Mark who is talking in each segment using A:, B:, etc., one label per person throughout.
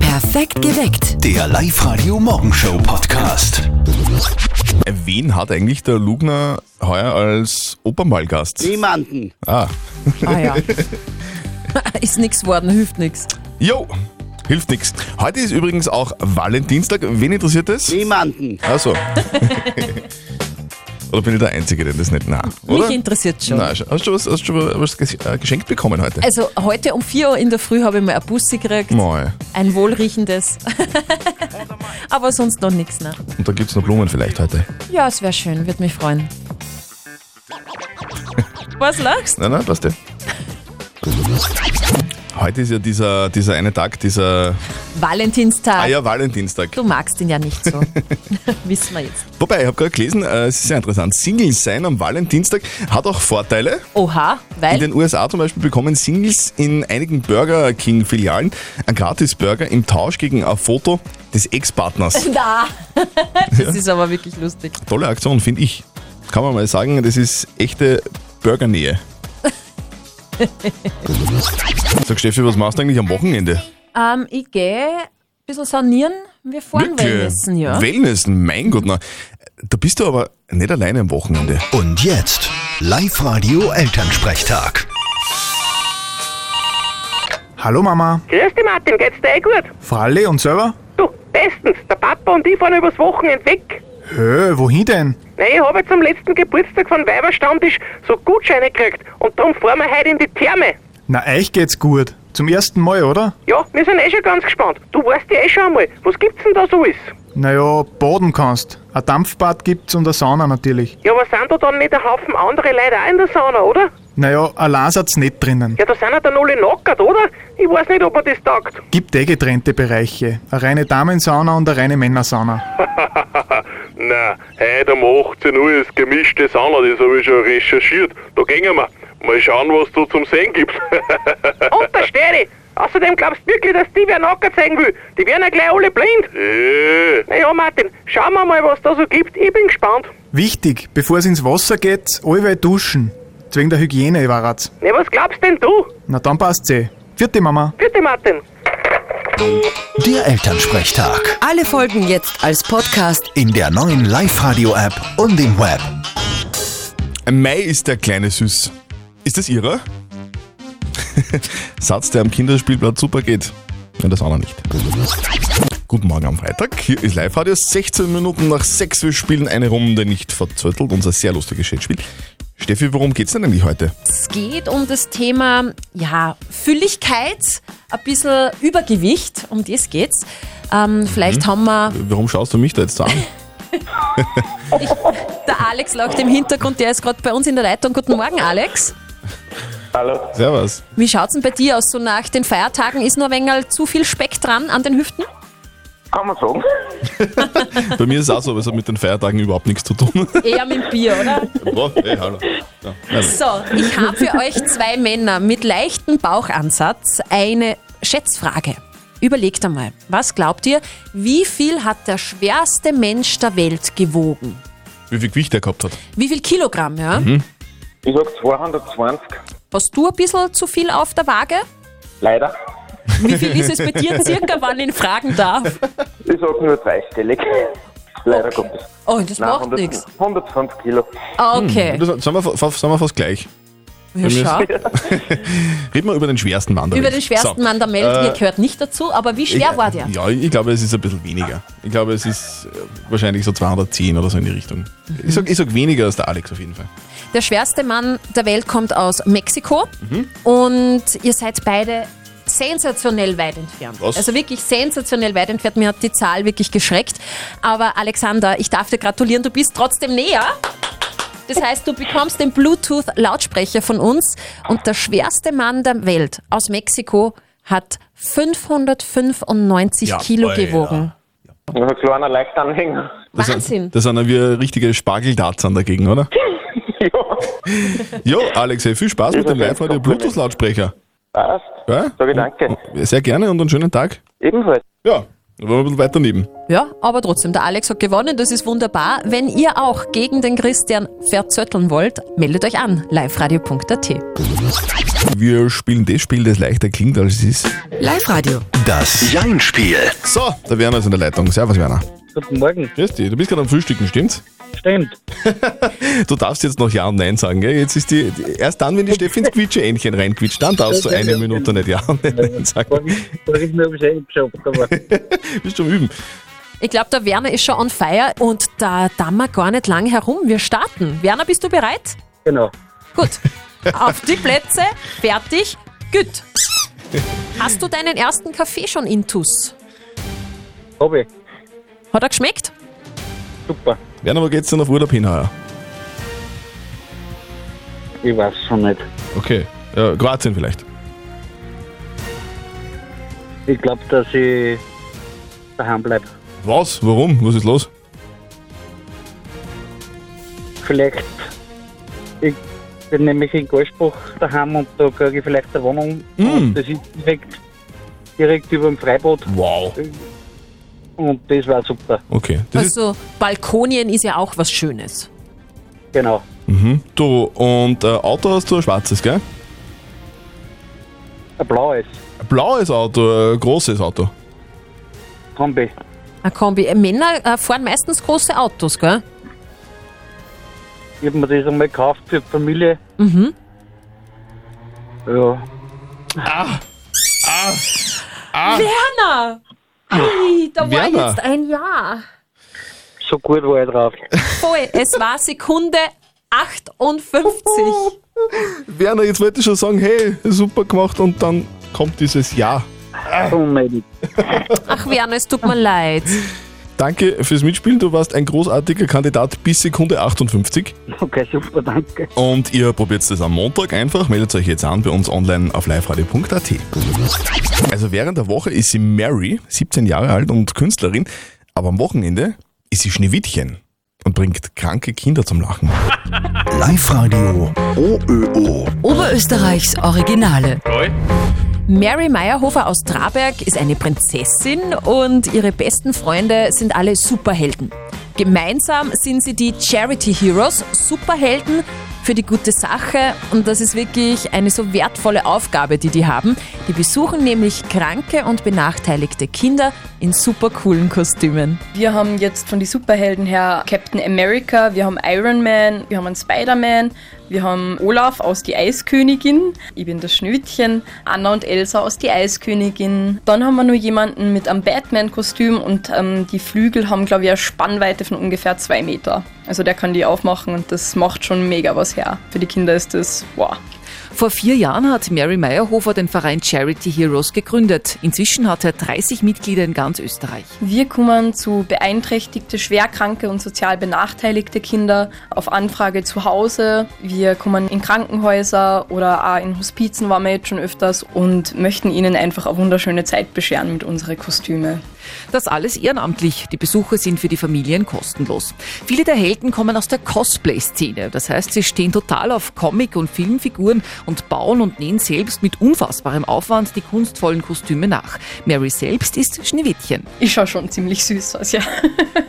A: Perfekt geweckt.
B: Der Live-Radio Morgenshow Podcast.
C: Wen hat eigentlich der Lugner heuer als Opernballgast?
D: Niemanden.
C: Ah,
A: Ah ja. Ist nix worden, hilft nix.
C: jo, hilft nix. Heute ist übrigens auch Valentinstag. Wen interessiert das?
D: Niemanden.
C: Achso. Oder bin ich der Einzige, der das nicht? Na, oder?
A: Mich interessiert schon.
C: Na, hast du was, hast du was ges- äh, geschenkt bekommen heute?
A: Also heute um 4 Uhr in der Früh habe ich mal ein Bussi gekriegt.
C: Mal.
A: Ein wohlriechendes. Aber sonst noch nix, ne?
C: Und da gibt's noch Blumen vielleicht heute.
A: Ja, es wäre schön, würde mich freuen. Was lachst?
C: Nein, nein, passt ja. Heute ist ja dieser, dieser eine Tag, dieser
A: Valentinstag.
C: ah ja, Valentinstag.
A: Du magst ihn ja nicht so. Wissen wir jetzt.
C: Wobei, ich habe gerade gelesen, äh, es ist sehr interessant, Single sein am Valentinstag hat auch Vorteile.
A: Oha,
C: In
A: weil
C: den USA zum Beispiel bekommen Singles in einigen Burger King-Filialen einen Gratis-Burger im Tausch gegen ein Foto des Ex-Partners.
A: Na, das ist aber wirklich lustig.
C: Tolle Aktion, finde ich. Kann man mal sagen, das ist echte Burgernähe. Sag Steffi, was machst du eigentlich am Wochenende?
A: Ähm, ich gehe ein bisschen sanieren. Wir fahren Wellnessen, ja.
C: Wellnessen, mein Gott. Na. Da bist du aber nicht alleine am Wochenende.
B: Und jetzt Live-Radio Elternsprechtag.
E: Hallo Mama.
F: Grüß dich Martin, geht's dir eh gut?
E: Fralle und selber?
F: Du, bestens, der Papa und ich fahren übers Wochenende weg.
E: Hö, wohin denn?
F: Nein, ich habe jetzt am letzten Geburtstag von Weiberstammtisch so Gutscheine gekriegt und darum fahren wir heute in die Therme.
E: Na, euch geht's gut. Zum ersten Mal, oder?
F: Ja, wir sind eh schon ganz gespannt. Du weißt ja eh schon einmal, was gibt's denn da so alles?
E: Naja, baden kannst. Ein Dampfbad gibt's und eine Sauna natürlich.
F: Ja, aber sind da dann nicht ein Haufen andere Leute auch in der Sauna, oder?
E: Naja, allein seid's nicht drinnen.
F: Ja, da sind ja dann alle nackert, oder? Ich weiß nicht, ob man das taugt.
E: Gibt eh getrennte Bereiche. Eine reine Damensauna und eine reine Männersauna.
G: Nein, heute um 18 Uhr ist gemischte Sauna, das habe ich schon recherchiert. Da gingen wir. Mal schauen, was du zum Sehen gibst.
F: Und der Steri! Außerdem glaubst du wirklich, dass die wer nackert zeigen will? Die werden ja gleich alle blind.
G: äh,
F: Naja, Martin, schauen wir mal, was da so gibt. Ich bin gespannt.
E: Wichtig, bevor's ins Wasser geht, allweil duschen. Zwingen der Hygiene, warat's.
F: Na, was glaubst denn du?
E: Na, dann passt's eh. Vierte Mama.
F: Bitte, Martin.
B: Der Elternsprechtag.
H: Alle Folgen jetzt als Podcast.
B: In der neuen Live-Radio-App und im Web.
C: Mai ist der kleine Süß. Ist das ihrer? Satz, der am Kinderspielplatz super geht. Nein, das auch noch nicht. Guten Morgen am Freitag. Hier ist Live-Radio. 16 Minuten nach 6. Wir spielen eine Runde nicht verzöttelt. Unser sehr lustiges Schätzspiel. Steffi, worum geht's denn eigentlich heute?
A: Es geht um das Thema ja, Fülligkeit, ein bisschen Übergewicht, um das geht's. Ähm,
H: Mhm.
A: vielleicht haben wir,
C: Warum schaust du mich da jetzt so an?
A: der Alex lacht im Hintergrund, der ist gerade bei uns in der Leitung. Guten Morgen, Alex.
C: Servus.
A: Wie schaut's denn bei dir aus? So nach den Feiertagen ist noch ein wenig zu viel Speck dran an den Hüften?
G: kann man sagen.
C: Bei mir ist es auch so, aber es hat mit den Feiertagen überhaupt nichts zu tun.
A: Eher mit dem Bier, oder?
C: Boah, hey, hallo. Ja, nein.
A: So, ich habe für euch zwei Männer mit leichtem Bauchansatz eine Schätzfrage. Überlegt einmal, was glaubt ihr, wie viel hat der schwerste Mensch der Welt gewogen?
C: Wie viel Gewicht er gehabt hat.
A: Wie viel Kilogramm, ja?
C: Mhm.
I: Ich sag 220,
A: Hast du ein bisschen zu viel auf der Waage?
I: leider.
A: Wie viel ist es bei dir circa, wann ich fragen darf?
I: Ich sag nur dreistellig. Leider Gottes.
A: Oh, das
I: Nein,
A: macht
I: 100
A: nichts.
I: 105 Kilo.
A: Okay,
C: Hm, Das sind wir, fa- fa- sind wir fast gleich.
A: wir
C: müssen-
A: schauen.
C: Reden wir über den schwersten Mann der
A: Über
C: Welt.
A: den schwersten
C: So. äh,
A: Mann der Welt, ihr gehört nicht dazu, aber wie schwer war der?
C: Ja, ich glaube, es ist ein bisschen weniger. Ich glaube, es ist äh, wahrscheinlich so 210 oder so in die Richtung. Ich sag, ich sag weniger als der Alex auf jeden Fall.
A: Der schwerste Mann der Welt kommt aus Mexiko und ihr seid beide sensationell weit entfernt.
C: Was?
A: Also wirklich sensationell weit entfernt. Mir hat die Zahl wirklich geschreckt. Aber Alexander, ich darf dir gratulieren, du bist trotzdem näher. Das heißt, du bekommst den Bluetooth-Lautsprecher von uns und der schwerste Mann der Welt aus Mexiko hat 595
C: Ja,
A: Kilo
C: Alter.
A: gewogen.
I: Ich hab Also kleiner Leichtanhänger.
C: Das
A: Wahnsinn.
C: Sind, das sind ja wir richtige Spargeldarts dagegen, oder?
I: ja,
C: Jo, Alex, hey, viel Spaß mit dem
I: das
C: Live-Radio
I: ein Kompliment?
C: Bluetooth-Lautsprecher.
I: passt.
C: Ja?
I: Sage danke.
C: Sehr gerne und einen schönen Tag.
I: Ebenfalls.
C: Ja, Da waren wir ein bisschen weiter neben.
A: Ja, aber trotzdem, der Alex hat gewonnen, das ist wunderbar. Wenn ihr auch gegen den Christian verzötteln wollt, meldet euch an, liveradio.at.
C: Wir spielen das Spiel, das leichter klingt, als es ist.
H: Live-Radio.
B: Das Jein-Spiel.
C: So, der Werner ist in der Leitung. Servus, Werner.
I: Guten Morgen.
C: Grüß dich, du bist gerade am Frühstücken, stimmt's?
I: Stimmt.
C: Du darfst jetzt noch Ja und Nein sagen, gell? Jetzt ist die, die- erst dann, wenn die Steffi ins Quietscheähnchen reinquietscht, dann darfst du eine Minute nicht Ja und Nein
I: Frag
C: sagen.
I: ich, frag ich mich, ob ich eingeschafft habe.
C: Bist schon üben.
A: Ich glaube, der Werner ist schon on fire und da dann wir gar nicht lang herum. Wir starten. Werner, bist du bereit?
I: Genau.
A: Gut. Auf die Plätze, fertig, gut. Hast du deinen ersten Kaffee schon intus?
I: Hab ich.
A: Hat er geschmeckt?
I: Super.
C: Werner, wo geht's denn auf Urlaub hin heuer?
I: Ich weiß schon nicht.
C: Okay. Ja, Kroatien vielleicht.
I: Ich glaube, dass ich daheim bleib.
C: Was? Warum? Was ist los?
I: Vielleicht. Ich bin nämlich in Goldsbruch daheim und da kriege ich vielleicht eine Wohnung.
A: Mm.
I: Und das ist direkt, direkt über dem Freibad.
C: Wow.
I: Und das war super.
C: Okay. Das ist,
A: Also, Balkonien ist ja auch was Schönes.
I: Genau.
C: du, und äh, Auto hast du ein schwarzes, gell?
I: Ein blaues
C: Ein blaues Auto, äh, ein großes Auto.
I: Kombi.
A: Ein Kombi. Äh, Männer äh, fahren meistens große Autos, gell?
I: Ich habe mir das einmal gekauft für die Familie.
A: Mhm.
I: Ja,
A: Werner! Ui, da
C: Werner.
A: war jetzt ein Jahr.
I: so gut war ich drauf.
A: Voll, es war Sekunde 58.
C: Werner, jetzt wollte ich schon sagen, hey, super gemacht und dann kommt dieses Ja.
A: Ah.
I: Unmöglich.
A: Ach, Werner, es tut mir leid.
C: Danke fürs Mitspielen, du warst ein großartiger Kandidat bis Sekunde 58.
I: Okay, super, danke.
C: Und ihr probiert es am Montag einfach, meldet euch jetzt an bei uns online auf liveradio.at. Also während der Woche ist sie Mary, 17 Jahre alt und Künstlerin, aber am Wochenende ist sie Schneewittchen und bringt kranke Kinder zum Lachen.
B: Live-Radio OÖO.
H: Oberösterreichs Originale.
A: Mary Meyerhofer aus Traberg ist eine Prinzessin und ihre besten Freunde sind alle Superhelden. Gemeinsam sind sie die Charity Heroes, Superhelden für die gute Sache und das ist wirklich eine so wertvolle Aufgabe, die die haben. Die besuchen nämlich kranke und benachteiligte Kinder in super coolen Kostümen.
D: Wir haben jetzt von den Superhelden her Captain America, wir haben Iron Man, wir haben einen Spider-Man, wir haben Olaf aus Die Eiskönigin, ich bin das Schnötchen, Anna und Elsa aus Die Eiskönigin. Dann haben wir nur jemanden mit einem Batman-Kostüm und ähm, die Flügel haben, glaube ich, eine Spannweite von ungefähr zwei Meter. Also der kann die aufmachen und das macht schon mega was her. Für die Kinder ist das, wow.
J: Vor vier Jahren hat Mary Meyerhofer den Verein Charity Heroes gegründet. Inzwischen hat er 30 Mitglieder in ganz Österreich.
D: Wir kümmern zu beeinträchtigte, schwerkranke und sozial benachteiligte Kinder auf Anfrage zu Hause. Wir kümmern in Krankenhäuser oder auch in Hospizen waren wir jetzt schon öfters und möchten ihnen einfach eine wunderschöne Zeit bescheren mit unseren Kostüme.
J: Das alles ehrenamtlich. Die Besuche sind für die Familien kostenlos. Viele der Helden kommen aus der Cosplay-Szene. Das heißt, sie stehen total auf Comic- und Filmfiguren und bauen und nähen selbst mit unfassbarem Aufwand die kunstvollen Kostüme nach. Mary selbst ist Schneewittchen.
D: Ich schaue schon ziemlich süß aus, ja.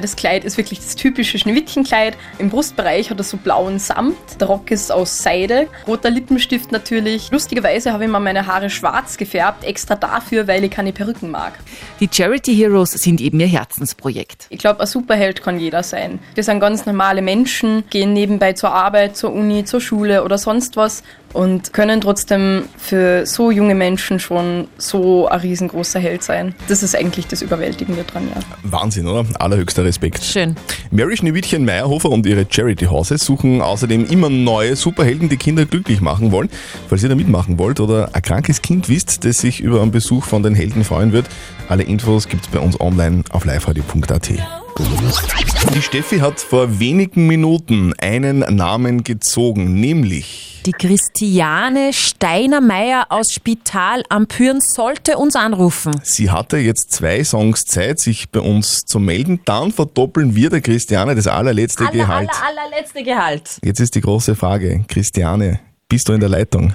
D: Das Kleid ist wirklich das typische Schneewittchenkleid. Im Brustbereich hat es so blauen Samt. Der Rock ist aus Seide. Roter Lippenstift natürlich. Lustigerweise habe ich mal meine Haare schwarz gefärbt, extra dafür, weil ich keine Perücken mag.
J: Die Charity Heroes sind eben ihr Herzensprojekt.
D: Ich glaube, ein Superheld kann jeder sein. Wir sind ganz normale Menschen, gehen nebenbei zur Arbeit, zur Uni, zur Schule oder sonst was und können trotzdem für so junge Menschen schon so ein riesengroßer Held sein. Das ist eigentlich das Überwältigende dran, ja.
C: Wahnsinn, oder? Allerhöchster Respekt.
A: Schön.
C: Mary Schneewittchen Meyerhofer und ihre Charity Horses suchen außerdem immer neue Superhelden, die Kinder glücklich machen wollen. Falls ihr da mitmachen wollt oder ein krankes Kind wisst, das sich über einen Besuch von den Helden freuen wird, alle Infos gibt's bei uns online auf liveradio.at. Die Steffi hat vor wenigen Minuten einen Namen gezogen, nämlich
A: Die Christiane Steinermeier aus Spital am Püren sollte uns anrufen.
C: sie hatte jetzt zwei Songs Zeit, sich bei uns zu melden. Dann verdoppeln wir der Christiane das allerletzte
A: Aller,
C: Gehalt.
A: aller, allerletzte Gehalt.
C: Jetzt ist die große Frage, Christiane, bist du in der Leitung?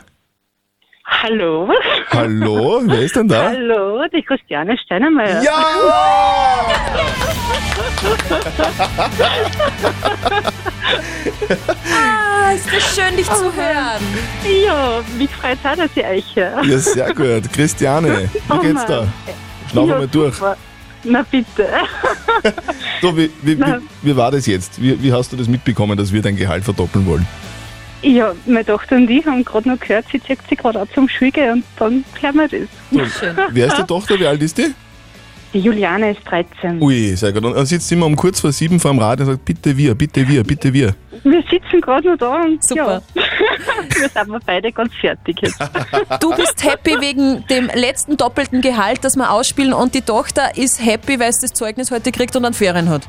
D: Hallo, was?
C: Hallo, wer ist denn da?
D: Hallo, die Christiane Steinermeier.
C: Ja!
A: Ah, ist das schön, dich zu hören.
D: Ja, mich freut es auch, dass ich euch äh, höre.
C: Ja, sehr gut. Christiane, wie
D: Oh
C: geht's
D: Mann.
C: da? Schnaufen
D: Ja,
C: wir durch.
D: super. Na bitte.
C: So, wie, wie, wie,
D: Na.
C: wie war das jetzt? Wie, wie hast du das mitbekommen, dass wir dein Gehalt verdoppeln wollen?
D: Ja, meine Tochter und ich haben gerade noch gehört, sie zieht sich gerade auch zum Schwieger und dann klären wir das.
C: Wer ist die Tochter? Wie alt ist die?
D: Die Juliane ist 13.
C: Ui, sehr gut. Und dann sitzt sie immer um kurz vor sieben vor dem Rad und sagt, bitte wir, bitte wir, bitte wir.
D: Wir sitzen gerade noch da und Super. ja, wir sind wir beide ganz fertig jetzt.
A: Du bist happy wegen dem letzten doppelten Gehalt, das wir ausspielen und die Tochter ist happy, weil sie das Zeugnis heute kriegt und dann Ferien hat.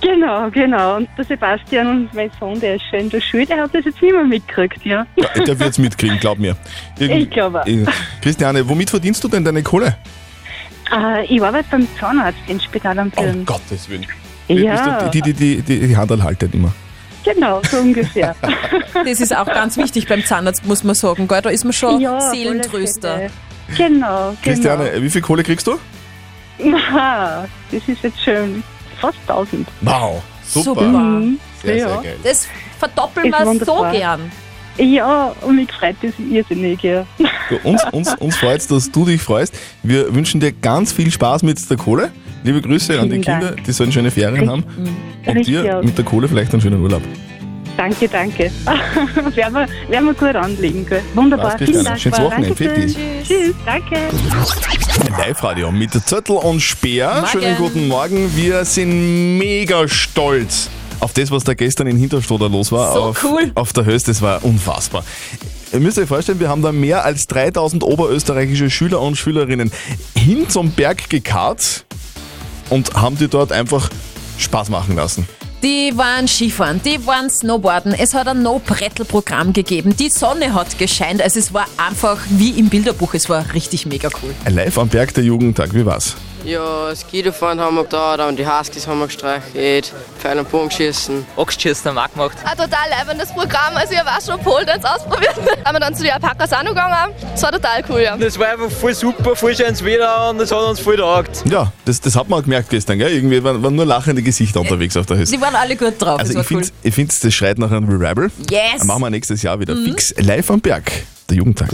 D: Genau, genau. Und der Sebastian und mein Sohn, der ist schon in der Schule, der hat das jetzt nicht mehr mitgekriegt, ja.
C: Der wird's mitkriegen, glaub mir. Irgend-
D: Ich glaub auch.
C: Irgend- Christiane, womit verdienst du denn deine Kohle?
D: Äh, ich arbeite beim Zahnarzt im Spital am
A: Oh
D: Film.
C: Um Gottes Willen.
D: Ja.
C: Ist doch Die, die, die, die, die Handel haltet immer.
D: Genau, so ungefähr.
A: Das ist auch ganz wichtig beim Zahnarzt, muss man sagen. Gell? Da ist man schon
D: Ja, auf alle
A: Seelentröster.
D: genau, genau.
C: Christiane, wie viel Kohle kriegst du?
D: Aha, das ist jetzt schön. Fast 1000.
C: Wow, super.
D: Mhm.
C: Sehr, sehr
D: Ja.
C: geil.
A: Das verdoppeln
D: Ist
A: wir so
D: wunderbar.
A: gern.
D: Ja, und mich freut das irrsinnig, ja.
C: Du, Uns, uns, uns freut dass du dich freust. Wir wünschen dir ganz viel Spaß mit der Kohle. Liebe Grüße an die
D: Vielen
C: Kinder,
D: Dank.
C: die sollen schöne Ferien haben. Und
D: Richtig
C: dir
D: aus.
C: mit der Kohle vielleicht einen schönen Urlaub.
D: Danke, danke. werden, wir, werden wir gut anlegen, gell? Wunderbar,
C: Passt,
D: vielen
C: Christiane.
D: Dank.
C: Schönes Wochenende.
D: Dankeschön.
C: Fertig.
D: Tschüss, danke.
C: Live-Radio mit Zettel und Speer. Schönen guten Morgen. Wir sind mega stolz auf das, was da gestern in Hinterstoder los war.
A: So
C: auf,
A: cool.
C: Auf der Höchst, das war unfassbar. Ihr müsst euch vorstellen, wir haben da mehr als 3000 oberösterreichische Schüler und Schülerinnen hin zum Berg gekarrt und haben die dort einfach Spaß machen lassen.
A: Die waren Skifahren, die waren Snowboarden, es hat ein No-Brettel-Programm gegeben, die Sonne hat gescheint, also es war einfach wie im Bilderbuch, es war richtig mega cool.
C: Live am Berg der Jugendtag, wie war's?
K: Ja, Skifahren haben wir da, dann die Huskies haben wir gestreichelt, Pfeil und Bogen schießen. Ochsschießen haben wir auch gemacht.
L: Ein total leibendes Programm. Also, ich habe auch schon Poldance ausprobiert. Haben wir dann zu den Alpakas auch noch gegangen. Das war total cool, ja.
M: Das war einfach voll super, voll schönes Wetter und das hat uns voll taugt.
C: Ja, das, das hat man auch gemerkt gestern, gell? Irgendwie waren, waren nur lachende Gesichter unterwegs auf der Höchst.
A: Die waren alle gut drauf,
C: Also
A: es war
C: ich finde, ich find's, das schreit nach einem Revival.
A: Yes.
C: Dann machen wir nächstes Jahr wieder
A: Mhm.
C: fix. Live am Berg, der Jugendtag.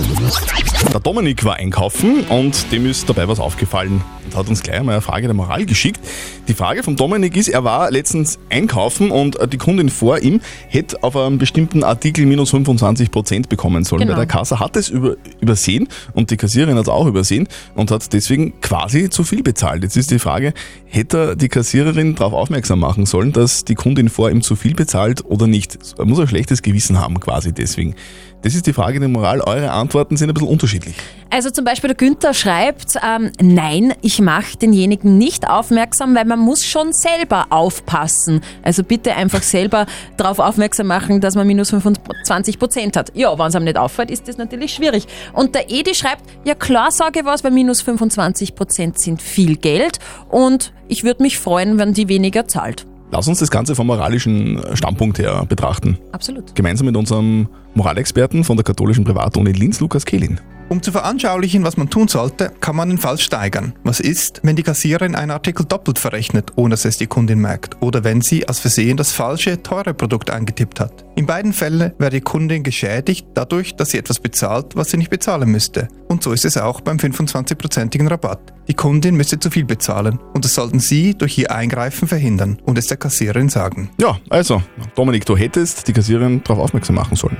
C: Der Dominik war einkaufen und dem ist dabei was aufgefallen und hat uns gleich mal eine Frage der Moral geschickt. Die Frage vom Dominik ist, er war letztens einkaufen und die Kundin vor ihm hätte auf einen bestimmten Artikel minus 25% bekommen sollen.
N: Genau.
C: Bei der Kasse hat es über, übersehen und die Kassiererin hat es auch übersehen und hat deswegen quasi zu viel bezahlt. Jetzt ist die Frage, hätte er die Kassiererin darauf aufmerksam machen sollen, dass die Kundin vor ihm zu viel bezahlt oder nicht? Er muss ein schlechtes Gewissen haben quasi deswegen. Das ist die Frage der Moral. Eure Antworten sind ein bisschen unterschiedlich.
A: Also zum Beispiel der Günther schreibt, ähm, nein, ich mache denjenigen nicht aufmerksam, weil man muss schon selber aufpassen. Also bitte einfach selber darauf aufmerksam machen, dass man minus 25 Prozent hat. Ja, wenn es einem nicht auffällt, ist das natürlich schwierig. Und der Edi schreibt, ja klar sage ich was, weil minus 25 Prozent sind viel Geld und ich würde mich freuen, wenn die weniger zahlt.
C: Lass uns das Ganze vom moralischen Standpunkt her betrachten.
A: Absolut.
C: Gemeinsam mit unserem Moralexperten von der katholischen Privatuni Linz, Lukas Kehlin.
B: Um zu veranschaulichen, was man tun sollte, kann man den Fall steigern. Was ist, wenn die Kassiererin einen Artikel doppelt verrechnet, ohne dass es die Kundin merkt, oder wenn sie aus Versehen das falsche, teure Produkt eingetippt hat? In beiden Fällen wäre die Kundin geschädigt dadurch, dass sie etwas bezahlt, was sie nicht bezahlen müsste. Und so ist es auch beim 25-prozentigen Rabatt. Die Kundin müsste zu viel bezahlen und das sollten Sie durch Ihr Eingreifen verhindern und es der Kassiererin sagen.
C: Ja, also, Dominik, du hättest die Kassiererin darauf aufmerksam machen sollen.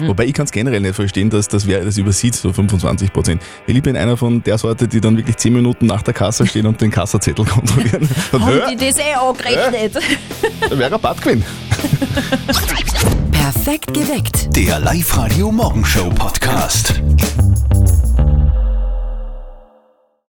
A: Mhm.
C: Wobei ich kann es generell nicht verstehen, dass, dass wer das übersieht, so 25 Prozent. Ich bin einer von der Sorte, die dann wirklich 10 Minuten nach der Kasse stehen und den Kassazettel kontrollieren.
A: Haben
C: Hä?
A: die das eh angerechnet?
C: da wäre Rabatt gewesen.
O: Perfekt geweckt.
P: Der Live-Radio Morgenshow Podcast.